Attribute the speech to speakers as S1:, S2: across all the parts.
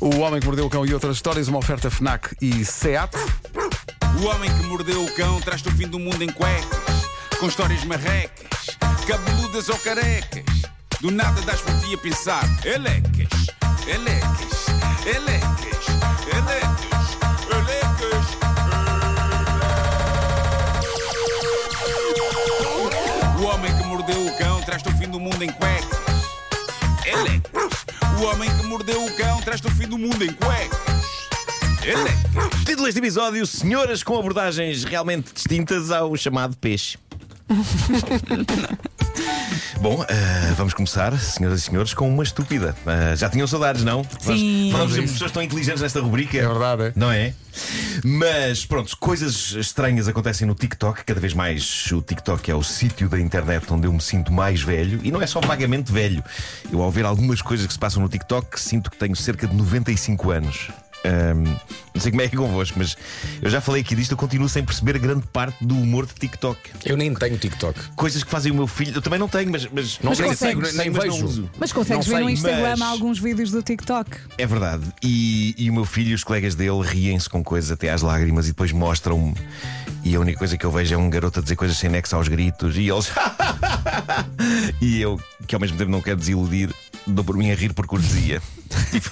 S1: O Homem que Mordeu o Cão e outras histórias, uma oferta FNAC e SEAT.
S2: O homem que mordeu o cão traz-te o fim do mundo em cuecas, com histórias marrecas, cabeludas ou carecas. Do nada das por ti a pensar, elecas, elecas, elecas, elecas, elecas. O homem que mordeu o cão traz-te o fim do mundo em cuecas, elecas. O homem que mordeu o cão traz-te o fim do mundo em cuecas, elecas.
S3: Título deste episódio: Senhoras com abordagens realmente distintas ao chamado peixe. Bom, eh, vamos começar, senhoras e senhores, com uma estúpida. Eh, já tinham saudades, não?
S4: Sim.
S3: Nós Falamos sempre de pessoas tão inteligentes nesta rubrica.
S1: É verdade, é?
S3: Não é? Mas pronto, coisas estranhas acontecem no TikTok. Cada vez mais o TikTok é o sítio da internet onde eu me sinto mais velho. E não é só vagamente velho. Eu, ao ver algumas coisas que se passam no TikTok, sinto que tenho cerca de 95 anos. Ahm, não sei como é que é convosco, mas eu já falei aqui disto. Eu continuo sem perceber grande parte do humor de TikTok.
S5: Eu nem tenho TikTok.
S3: Coisas que fazem o meu filho. Eu também não tenho, mas. mas
S5: Não
S4: Mas
S5: nem
S4: consegues?
S5: sigo, nem, nem
S3: mas não
S5: vejo.
S3: uso.
S4: Mas consegues ver
S5: sei,
S4: no Instagram
S3: mas-
S4: alguns vídeos do TikTok?
S3: É verdade. E, e o meu filho e os colegas dele riem-se com coisas até às lágrimas e depois mostram-me. E a única coisa que eu vejo é um garoto a dizer coisas sem nexo aos gritos e eles. "Ah, e eu, que ao mesmo tempo não quero desiludir, dou por mim a rir por cortesia. Tipo,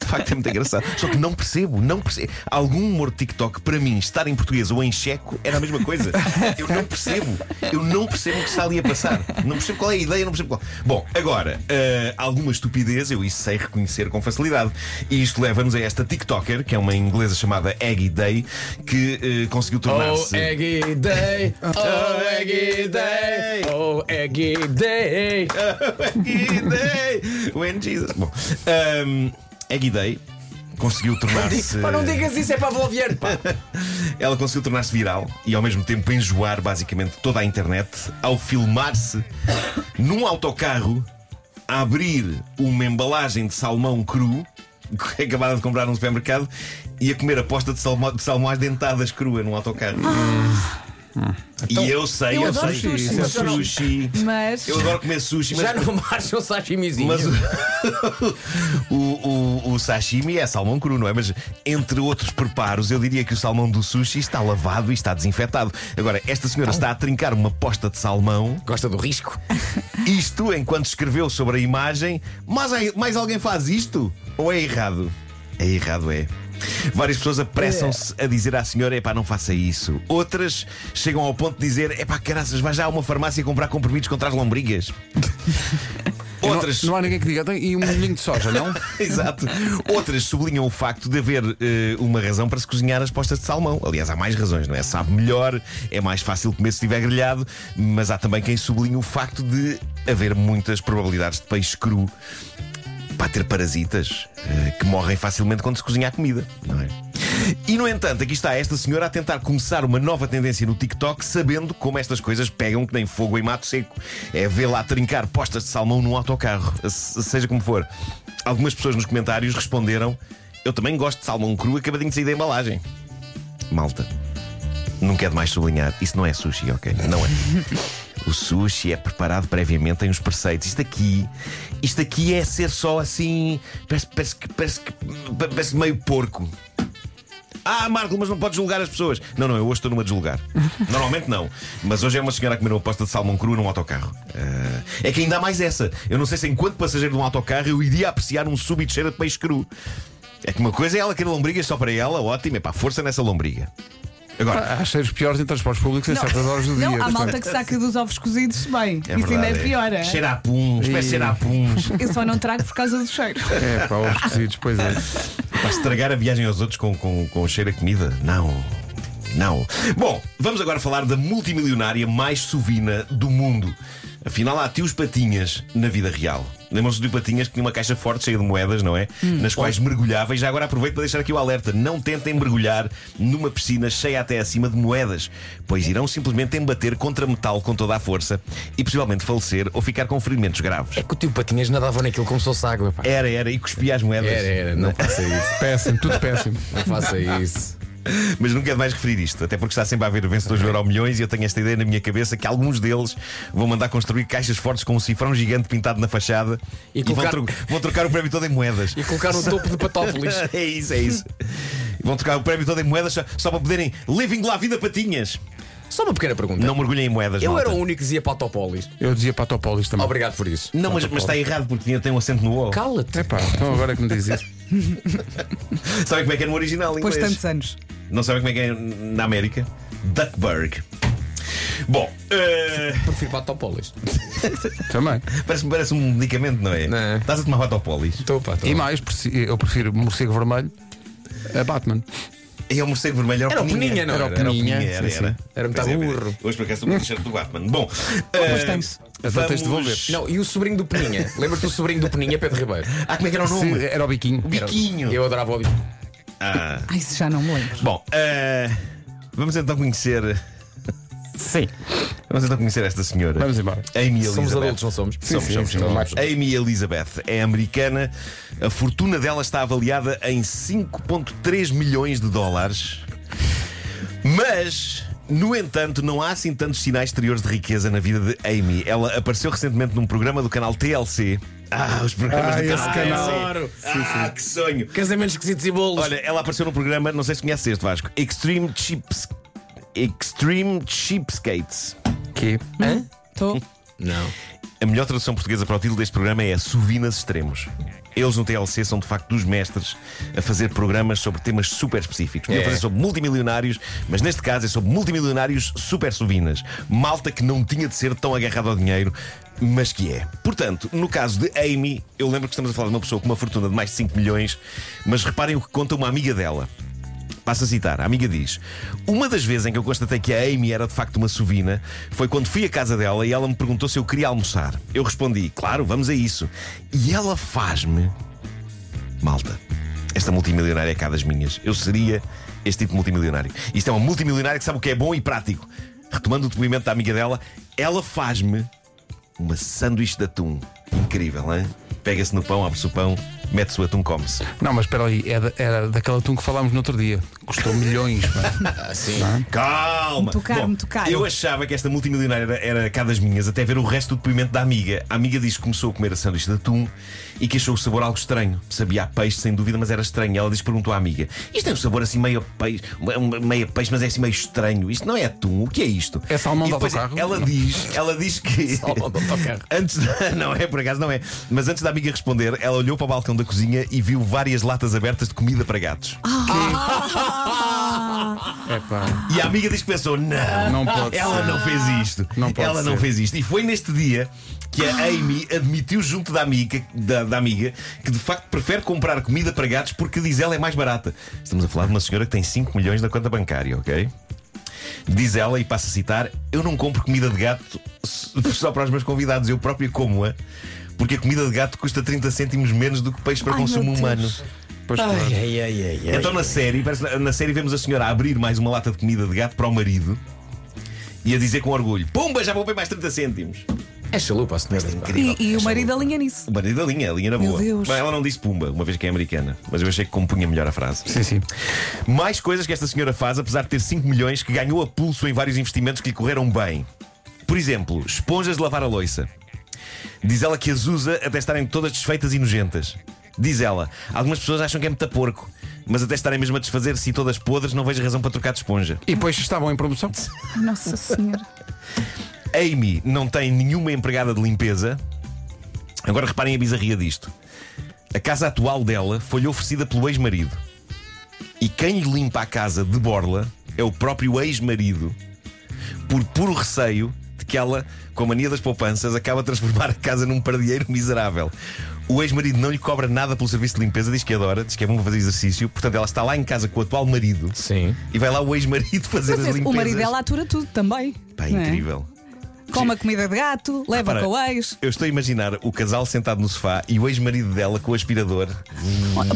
S3: de facto é muito engraçado. Só que não percebo, não percebo. Algum humor de TikTok, para mim, estar em português ou em checo era a mesma coisa. Eu não percebo. Eu não percebo o que está ali a passar. Não percebo qual é a ideia, não percebo qual. Bom, agora, ah, alguma estupidez, eu isso sei reconhecer com facilidade. E isto leva-nos a esta TikToker, que é uma inglesa chamada Aggie Day, que eh, conseguiu tornar-se.
S5: Oh, Eggy Day! Oh, Eggy Day! Oh, Eggy Day!
S3: Aggie Day! When Jesus. Bom, ahm, Aggie Day conseguiu tornar-se.
S5: Pá, não digas isso, é para Volovier, pá!
S3: Ela conseguiu tornar-se viral e ao mesmo tempo enjoar basicamente toda a internet ao filmar-se num autocarro a abrir uma embalagem de salmão cru que é acabada de comprar num supermercado e a comer a posta de salmão, de salmão às dentadas crua num autocarro. e eu sei,
S4: Ah. eu
S3: eu,
S4: adoro
S3: sei.
S4: sushi.
S3: Isso é sushi.
S4: Mas.
S3: Eu adoro comer sushi, mas
S5: Já não marcham sashimizinho.
S3: mas o, o, o sashimi é salmão cru, não é? Mas entre outros preparos, eu diria que o salmão do sushi está lavado e está desinfetado. Agora, esta senhora está a trincar uma posta de salmão,
S5: Gosta do risco?
S3: isto enquanto escreveu sobre a imagem, mas ai- mais alguém faz isto? Ou é errado? É errado, é. Várias pessoas apressam-se
S1: É.
S3: a dizer à senhora: epá, não faça isso. Outras chegam ao ponto de dizer: epá, caraças, vai já a uma farmácia comprar comprimidos contra as lombrigas. Outras.
S1: Não, não há ninguém que diga, "Tem- e um molhinho de soja, não?
S3: Exato. Outras sublinham o facto de haver eh, uma razão para se cozinhar as postas de salmão. Aliás, há mais razões, não é? Sabe melhor, é mais fácil comer se estiver grelhado, mas há também quem sublinha o facto de haver muitas probabilidades de peixe cru para ter parasitas eh, que morrem facilmente quando se cozinha a comida, não é? E no entanto, aqui está esta senhora a tentar começar uma nova tendência no TikTok, sabendo como estas coisas pegam que nem fogo em mato seco. É vê-la a trincar postas de salmão num autocarro, se- seja como for. Algumas pessoas nos comentários responderam: Eu também gosto de salmão cru acabadinho de sair da embalagem. Malta, não quero mais sublinhar, isso não é sushi, ok? Não é. O sushi é preparado previamente em uns preceitos. Isto aqui, isto aqui é ser só assim. Parece, parece, que, parece, que, parece meio porco. Ah, Marco, mas não podes julgar as pessoas. Não, não, eu hoje estou numa de julgar. Normalmente não. Mas hoje é uma senhora a comer uma posta de salmão cru num autocarro. Ah, é que ainda há mais essa. Eu não sei se enquanto passageiro de um autocarro eu iria apreciar um súbito cheiro de peixe cru. É que uma coisa é ela querer lombrigas só para ela, ótimo, é pá, força nessa lombriga. Agora,
S1: Há cheiros piores em transportes públicos em certas horas do
S4: não,
S1: dia.
S4: há
S1: portanto.
S4: malta que saca dos ovos cozidos bem.
S3: É
S4: Isso ainda
S3: verdade,
S4: é pior, é?
S3: Cheira a puns, parece cheira a puns.
S4: Eu só não trago por causa do cheiro.
S1: É, pá, os cozidos, pois é.
S3: Para estragar a viagem aos outros com, com, com cheiro a comida? Não. Não. Bom, vamos agora falar da multimilionária mais sovina do mundo. Afinal, há tios patinhas na vida real. Lembram-se do tio Patinhas que tinha uma caixa forte cheia de moedas, não é?
S4: Hum.
S3: Nas quais mergulhava. E já agora aproveito para deixar aqui o alerta: não tentem mergulhar numa piscina cheia até acima de moedas, pois irão simplesmente embater contra metal com toda a força e possivelmente falecer ou ficar com ferimentos graves.
S5: É que o tio Patinhas nadava naquilo como se fosse água, pá.
S3: Era, era, e cuspia as moedas.
S5: Era, era, não faça isso.
S1: Péssimo, tudo péssimo.
S5: Não faça isso.
S3: Mas nunca é demais referir isto, até porque está sempre a haver vencedores do Euro milhões e eu tenho esta ideia na minha cabeça que alguns deles vão mandar construir caixas fortes com um cifrão gigante pintado na fachada
S5: E
S3: e,
S5: colocar-
S3: vão, tro- vão trocar o prémio todo em moedas.
S5: E colocar no topo de Patópolis.
S3: É isso, é isso. Vão trocar o prémio todo em moedas só, só para poderem living lá a vida patinhas.
S5: Só uma pequena pergunta.
S3: Não mergulhem em moedas,
S5: eu
S3: malta.
S5: era um o único que dizia Patópolis.
S1: Eu dizia para a Topolis também.
S5: Obrigado por isso.
S3: Não, mas, mas está errado porque tinha- tem um acento no O.
S5: Cala-te.
S1: Epá, então agora que me diz isso.
S3: Sabem como é que é no original em
S4: Depois de
S3: inglês?
S4: tantos anos.
S3: Não sabem como é que é na América? Duckburg. Bom, eh,
S5: Prefiro Patópolis.
S1: Também.
S3: parece, parece um medicamento, não é?
S5: Não é? Então-
S3: Estás a tomar Batopolis.
S5: Estou, pá, estou.
S1: E mais, preci- eu prefiro morcego vermelho a Batman.
S3: E é um morcego vermelho,
S5: Era
S3: era
S5: o
S3: o
S5: Peninha,
S3: Peninha,
S5: não
S1: era?
S3: Era o Peninha,
S1: Peninha,
S3: era,
S1: sim, sim.
S3: era.
S5: Era muito
S3: Pois é,
S5: burro.
S3: pois é. Hoje, por acaso, estou com o t-shirt do Batman. Bom, eh,
S4: tens.
S1: Então tens de
S3: vamos-
S1: devolver.
S5: Não, e o sobrinho do Peninha? Lembras-te do sobrinho do Peninha, Pedro Ribeiro?
S3: Ah, como é que era o nome?
S1: Se- era o biquinho.
S3: O biquinho.
S5: Eu adorava o.
S3: Ah.
S4: Ai, isso já não me lembro.
S3: Bom, eh, vamos então conhecer.
S1: Sim.
S3: Vamos então conhecer esta senhora.
S1: Vamos embora.
S3: Amy
S5: Somos
S3: Elizabeth.
S5: adultos, não somos?
S3: Somos, somos, somos.
S5: somos.
S3: Amy Elizabeth é americana. A fortuna dela está avaliada em 5,3 milhões de dólares. Mas, no entanto, não há assim tantos sinais exteriores de riqueza na vida de Amy. Ela apareceu recentemente num programa do canal TLC. Ah, os programas
S1: Ah,
S3: do
S1: esse
S3: canal
S1: canal.
S3: TLC. Ah, que sonho.
S5: Casamentos esquisitos e bolos.
S3: Olha, ela apareceu num programa, não sei se conheces este Vasco, Extreme Chips. Extreme Cheapskates.
S1: Que?
S3: Um
S4: Estou.
S5: Não.
S3: A melhor tradução portuguesa para o título deste programa é Suvinas Extremos. Eles no TLC são de facto dos mestres a fazer programas sobre temas super específicos. Podiam
S5: É.
S3: fazer sobre multimilionários, mas neste caso é sobre multimilionários super suvinas. Malta que não tinha de ser tão agarrada ao dinheiro, mas que é. Portanto, no caso de Amy, eu lembro que estamos a falar de uma pessoa com uma fortuna de mais de 5 milhões, mas reparem o que conta uma amiga dela. Passo a citar, a amiga diz: Uma das vezes em que eu constatei que a Amy era de facto uma sovina foi quando fui à casa dela e ela me perguntou se eu queria almoçar. Eu respondi: Claro, vamos a isso. E ela faz-me. Malta, esta multimilionária é cá das minhas. Eu seria este tipo de multimilionário. Isto é uma multimilionária que sabe o que é bom e prático. Retomando o depoimento da amiga dela, ela faz-me uma sanduíche de atum. Incrível, hein? Pega-se no pão, abre-se o pão, mete-se o atum, come-se.
S1: Não, mas espera aí, é da- era daquela atum que falámos no outro dia. Custou milhões, pá.
S3: Ah,
S5: Assim.
S3: Calma!
S4: Muito caro, muito caro.
S3: Eu achava que esta multimilionária era, era cá das minhas, até ver o resto do depoimento da amiga. A amiga diz que começou a comer a sanduíche de atum e que achou o sabor algo estranho. Sabia a peixe, sem dúvida, mas era estranho. Ela diz que perguntou à amiga: Isto tem um sabor assim meio a peixe, meio a peixe, mas é assim meio estranho. Isto não é atum, o que é isto?
S1: É salmão
S3: E
S1: de
S3: depois
S1: autocarro?
S3: Ela diz, ela diz que.
S5: Salmão de autocarro.
S3: Antes da... Não é, por acaso não é. Mas antes da amiga responder, ela olhou para o balcão da cozinha e viu várias latas abertas de comida para gatos.
S1: É pá,
S3: E a amiga diz que pensou: Não,
S1: não pode
S3: ela
S1: ser.
S3: não fez isto.
S1: Não pode
S3: ela não
S1: ser.
S3: fez isto. E foi neste dia que a Amy admitiu junto da amiga, da, da amiga que de facto prefere comprar comida para gatos porque diz ela é mais barata. Estamos a falar de uma senhora que tem 5 milhões na conta bancária, ok? Diz ela, e passo a citar: Eu não compro comida de gato só para os meus convidados, eu própria como-a, porque a comida de gato custa 30 cêntimos menos do que peixe para
S4: Ai,
S3: consumo
S4: meu Deus.
S3: humano.
S1: Pois claro.
S5: ai, ai, ai,
S4: É
S5: ai.
S3: Então na série, parece- na série vemos a senhora a abrir mais uma lata de comida de gato para o marido e a dizer com orgulho: Pumba, já vou bem mais 30 cêntimos.
S5: É chalupa, a senhora. pá.
S3: Incrível.
S4: E, e o marido alinha nisso.
S3: O marido alinha, alinha na
S4: Meu
S3: boa.
S4: Deus.
S3: Bem, ela não disse pumba, uma vez que é americana, mas eu achei que compunha melhor a frase.
S1: Sim, sim.
S3: Mais coisas que esta senhora faz, apesar de ter 5 milhões, que ganhou a pulso em vários investimentos que lhe correram bem. Por exemplo, esponjas de lavar a loiça. Diz ela que as usa até estarem todas desfeitas e nojentas. Diz ela, algumas pessoas acham que é muito porco, mas até estarem mesmo a desfazer-se e todas podres, não vejo razão para trocar de esponja.
S1: E depois estavam em promoção?
S4: Nossa Senhora.
S3: Amy não tem nenhuma empregada de limpeza. Agora reparem a bizarria disto. A casa atual dela foi-lhe oferecida pelo ex-marido. E quem lhe limpa a casa de borla é o próprio ex-marido, por puro receio de que ela, com a mania das poupanças, acaba a transformar a casa num pardieiro miserável. O ex-marido não lhe cobra nada pelo serviço de limpeza, diz que adora, diz que é bom fazer exercício, portanto ela está lá em casa com o atual marido
S5: Sim.
S3: e vai lá o ex-marido fazer
S4: Mas
S3: as
S4: esse-
S3: limpezas.
S4: o marido dela atura tudo também.
S3: Pá,
S4: não é?
S3: incrível.
S4: Come a comida de gato, leva
S3: Repara,
S4: com o ex.
S3: Eu estou a imaginar o casal sentado no sofá e o ex-marido dela com o aspirador.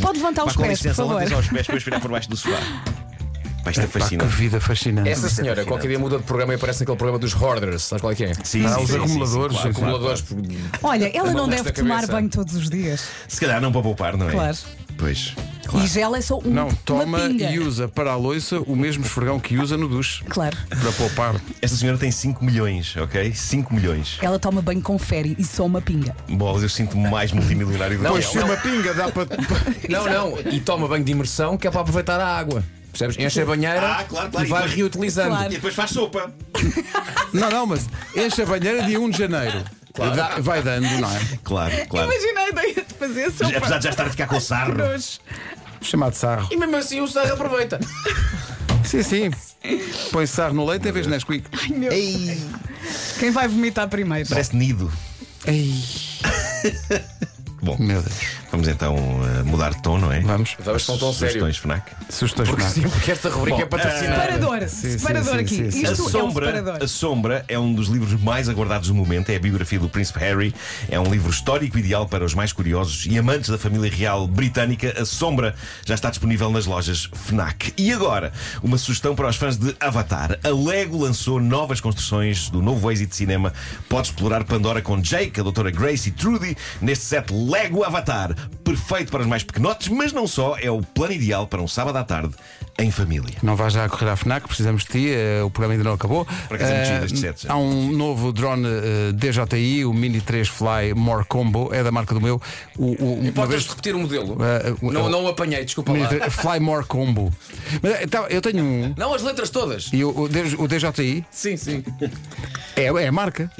S4: Pode levantar os
S3: hum, com
S4: pés, por
S3: licença,
S4: favor.
S3: levantem só os pés para eu aspirar por baixo do sofá. Pá, isto é
S1: Pá, que
S3: fascinante.
S1: vida fascinante.
S3: é
S5: Essa senhora, qualquer dia muda de programa e aparece naquele programa dos hoarders. Sabes qual é que é?
S3: Sim,
S1: Ah,
S3: sim,
S1: os
S3: sim, sim,
S1: acumuladores,
S3: claro,
S1: sim,
S3: claro,
S5: Acumuladores.
S4: Olha, ela
S5: Não
S4: não
S5: desta
S4: deve tomar
S5: cabeça.
S4: banho todos os dias.
S3: claro. Se calhar não para poupar, não é?
S4: Claro.
S3: Pois.
S4: E gela é só um,
S1: Não,
S4: uma
S1: toma
S4: pinga.
S1: e usa para a loiça o mesmo esfregão que usa no duche.
S4: Claro.
S1: Para poupar.
S3: Esta senhora tem 5 milhões, ok? 5 milhões.
S4: Ela toma banho com fere e só uma pinga.
S3: Bolas, eu sinto-me mais multimilionário do que
S5: Não,
S3: ela.
S5: eu-
S2: uma pinga dá para.
S5: Não, não. E toma banho de imersão que é para aproveitar a água. Percebes? Enche a banheira
S3: Ah, claro, claro.
S5: e vai
S3: E depois-
S5: reutilizando.
S4: Claro.
S3: E depois faz sopa.
S1: Não, não, mas enche a banheira dia 1 de janeiro. Dá- Vai dando, não é?
S3: Claro, claro. é,
S4: Imagina a ideia de fazer só
S3: Apesar de já estar a ficar com sarro.
S1: Chamado sarro.
S5: E mesmo assim o Serra aproveita.
S1: Sim, sim. Põe sarro no leite em vez de Nesquik.
S3: Ei,
S4: Quem vai vomitar primeiro?
S3: parece nido.
S1: Ei.
S3: Bom,
S1: Meu Deus.
S3: vamos então eh, mudar de tom, não é?
S1: Vamos.
S5: Vamos para um tom sério.
S3: Sugestões, FNAC.
S1: Sugestões
S5: Porque
S1: Fnac.
S5: sim, porque esta rubrica é patrocinada.
S4: Separador,
S1: sim,
S4: separador
S1: sim,
S4: aqui.
S1: sim, sim.
S3: A
S4: Isto é um
S3: Sombra,
S4: separador.
S3: a Sombra é um dos livros mais aguardados do momento, é a biografia do Príncipe Harry. É um livro histórico ideal para os mais curiosos e amantes da família real britânica. A Sombra já está disponível nas lojas Fnac. E agora, uma sugestão para os fãs de Avatar. A Lego lançou novas construções do novo êxito de cinema. Pode explorar Pandora com Jake, a Doutora Grace e Trudy neste set Lego Avatar. Perfeito para os mais pequenotes, mas não só, é o plano ideal para um sábado à tarde em família.
S1: Não vais já correr à FNAC, precisamos de ti, eh, o programa ainda não acabou.
S3: Por acaso é muito
S1: Eh,
S3: giro este set, já.
S1: há um novo drone eh, DJI, o Mini 3 Fly More Combo, é da marca do meu. O, o-
S3: eh,
S1: uma
S5: Podes
S1: vez,
S5: repetir o modelo?
S1: Ah, ah,
S5: não,
S1: ah,
S5: não o apanhei, desculpa
S1: Mini
S5: lá.
S1: 3 Fly More Combo. Mas, eh, tá, eu tenho um.
S5: Não, as letras todas.
S1: E o, o DJ o DJI
S5: Sim, sim.
S1: é, é a marca.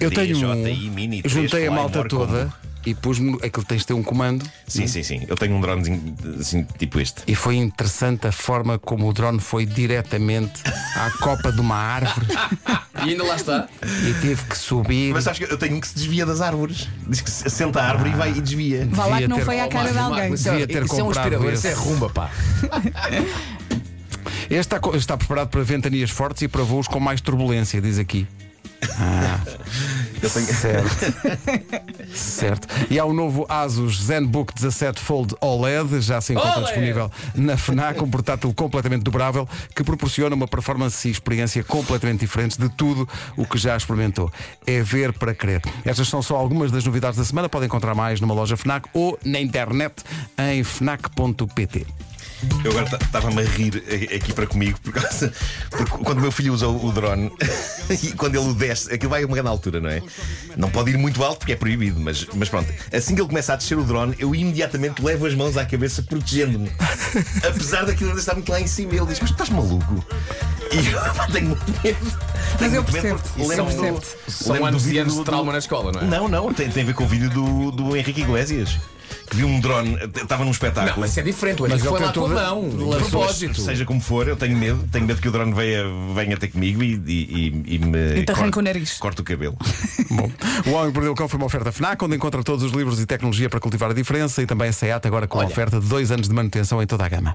S1: Eu tenho
S3: DJI
S1: um.
S3: Mini 3
S1: Juntei a
S3: Fly
S1: malta
S3: More
S1: toda
S3: Combo.
S1: e pus-me. Aquilo tens de ter um comando.
S3: Sim, sim, sim. Eu tenho um dronezinho assim, tipo este.
S1: E foi interessante a forma como o drone foi diretamente à copa de uma árvore
S5: E ainda lá está.
S1: e tive que subir.
S3: Mas sabes que eu tenho um que se desvia das árvores. Diz que se senta a árvore e vai e desvia.
S4: Vá lá
S1: Devia
S4: que não
S1: ter-
S4: foi à
S1: Oh,
S4: cara de
S5: Marco,
S4: alguém.
S5: Marco, isso é-
S1: Devia ter
S5: isso é um
S1: comprado
S5: aspirador,
S1: esse.
S5: isso é rumba, pá.
S1: Este está, co- está preparado para ventanias fortes e para voos com mais turbulência, diz aqui.
S3: Eu tenho-
S1: Certo. certo. E há o novo Asus ZenBook 17 Fold OLED, já se encontra
S5: OLED.
S1: disponível na FNAC, um portátil completamente dobrável que proporciona uma performance e experiência completamente diferentes de tudo o que já experimentou. É ver para crer. Estas são só algumas das novidades da semana. Podem encontrar mais numa loja FNAC ou na internet em fnac.pt.
S3: Eu agora estava-me a rir a- aqui para comigo por causa- porque quando o meu filho usa o o drone e quando ele o desce, aquilo vai a uma grande altura, não é? Não pode ir muito alto porque é proibido, mas, mas pronto. Assim que ele começa a descer o drone, eu imediatamente levo as mãos à cabeça protegendo-me. Apesar daquilo ainda estar muito lá em cima, ele diz: Mas tu estás maluco? E eu tenho muito medo. Tenho
S4: eu
S3: muito medo
S4: percebo-te.
S3: porque
S4: Isso é um
S3: lembro
S5: são-
S3: do-
S5: São
S3: lembro do
S5: anos e
S3: vídeo
S5: anos
S3: do-
S5: de
S3: do-
S5: trauma na escola, não é?
S3: Não, não, tem, tem a ver com o vídeo do, do Henrique Iglesias que viu um drone, estava num espetáculo.
S5: Não, mas isso é diferente. O
S1: Mas
S5: Henrique
S1: ele
S5: foi lá
S1: tentou-
S5: com a mão, a
S3: Mas,
S5: propósito.
S3: Seja como for, eu tenho medo, tenho medo que o drone venha, venha ter comigo e, e, e, e me.
S4: E te arranca
S3: corte-
S4: o nariz.
S3: Corta o cabelo.
S1: Bom, o Homem que Mordeu o Cão foi uma oferta FNAC, onde encontra todos os livros e tecnologia para cultivar a diferença e também a SEAT agora com a oferta de dois anos de manutenção em toda a gama.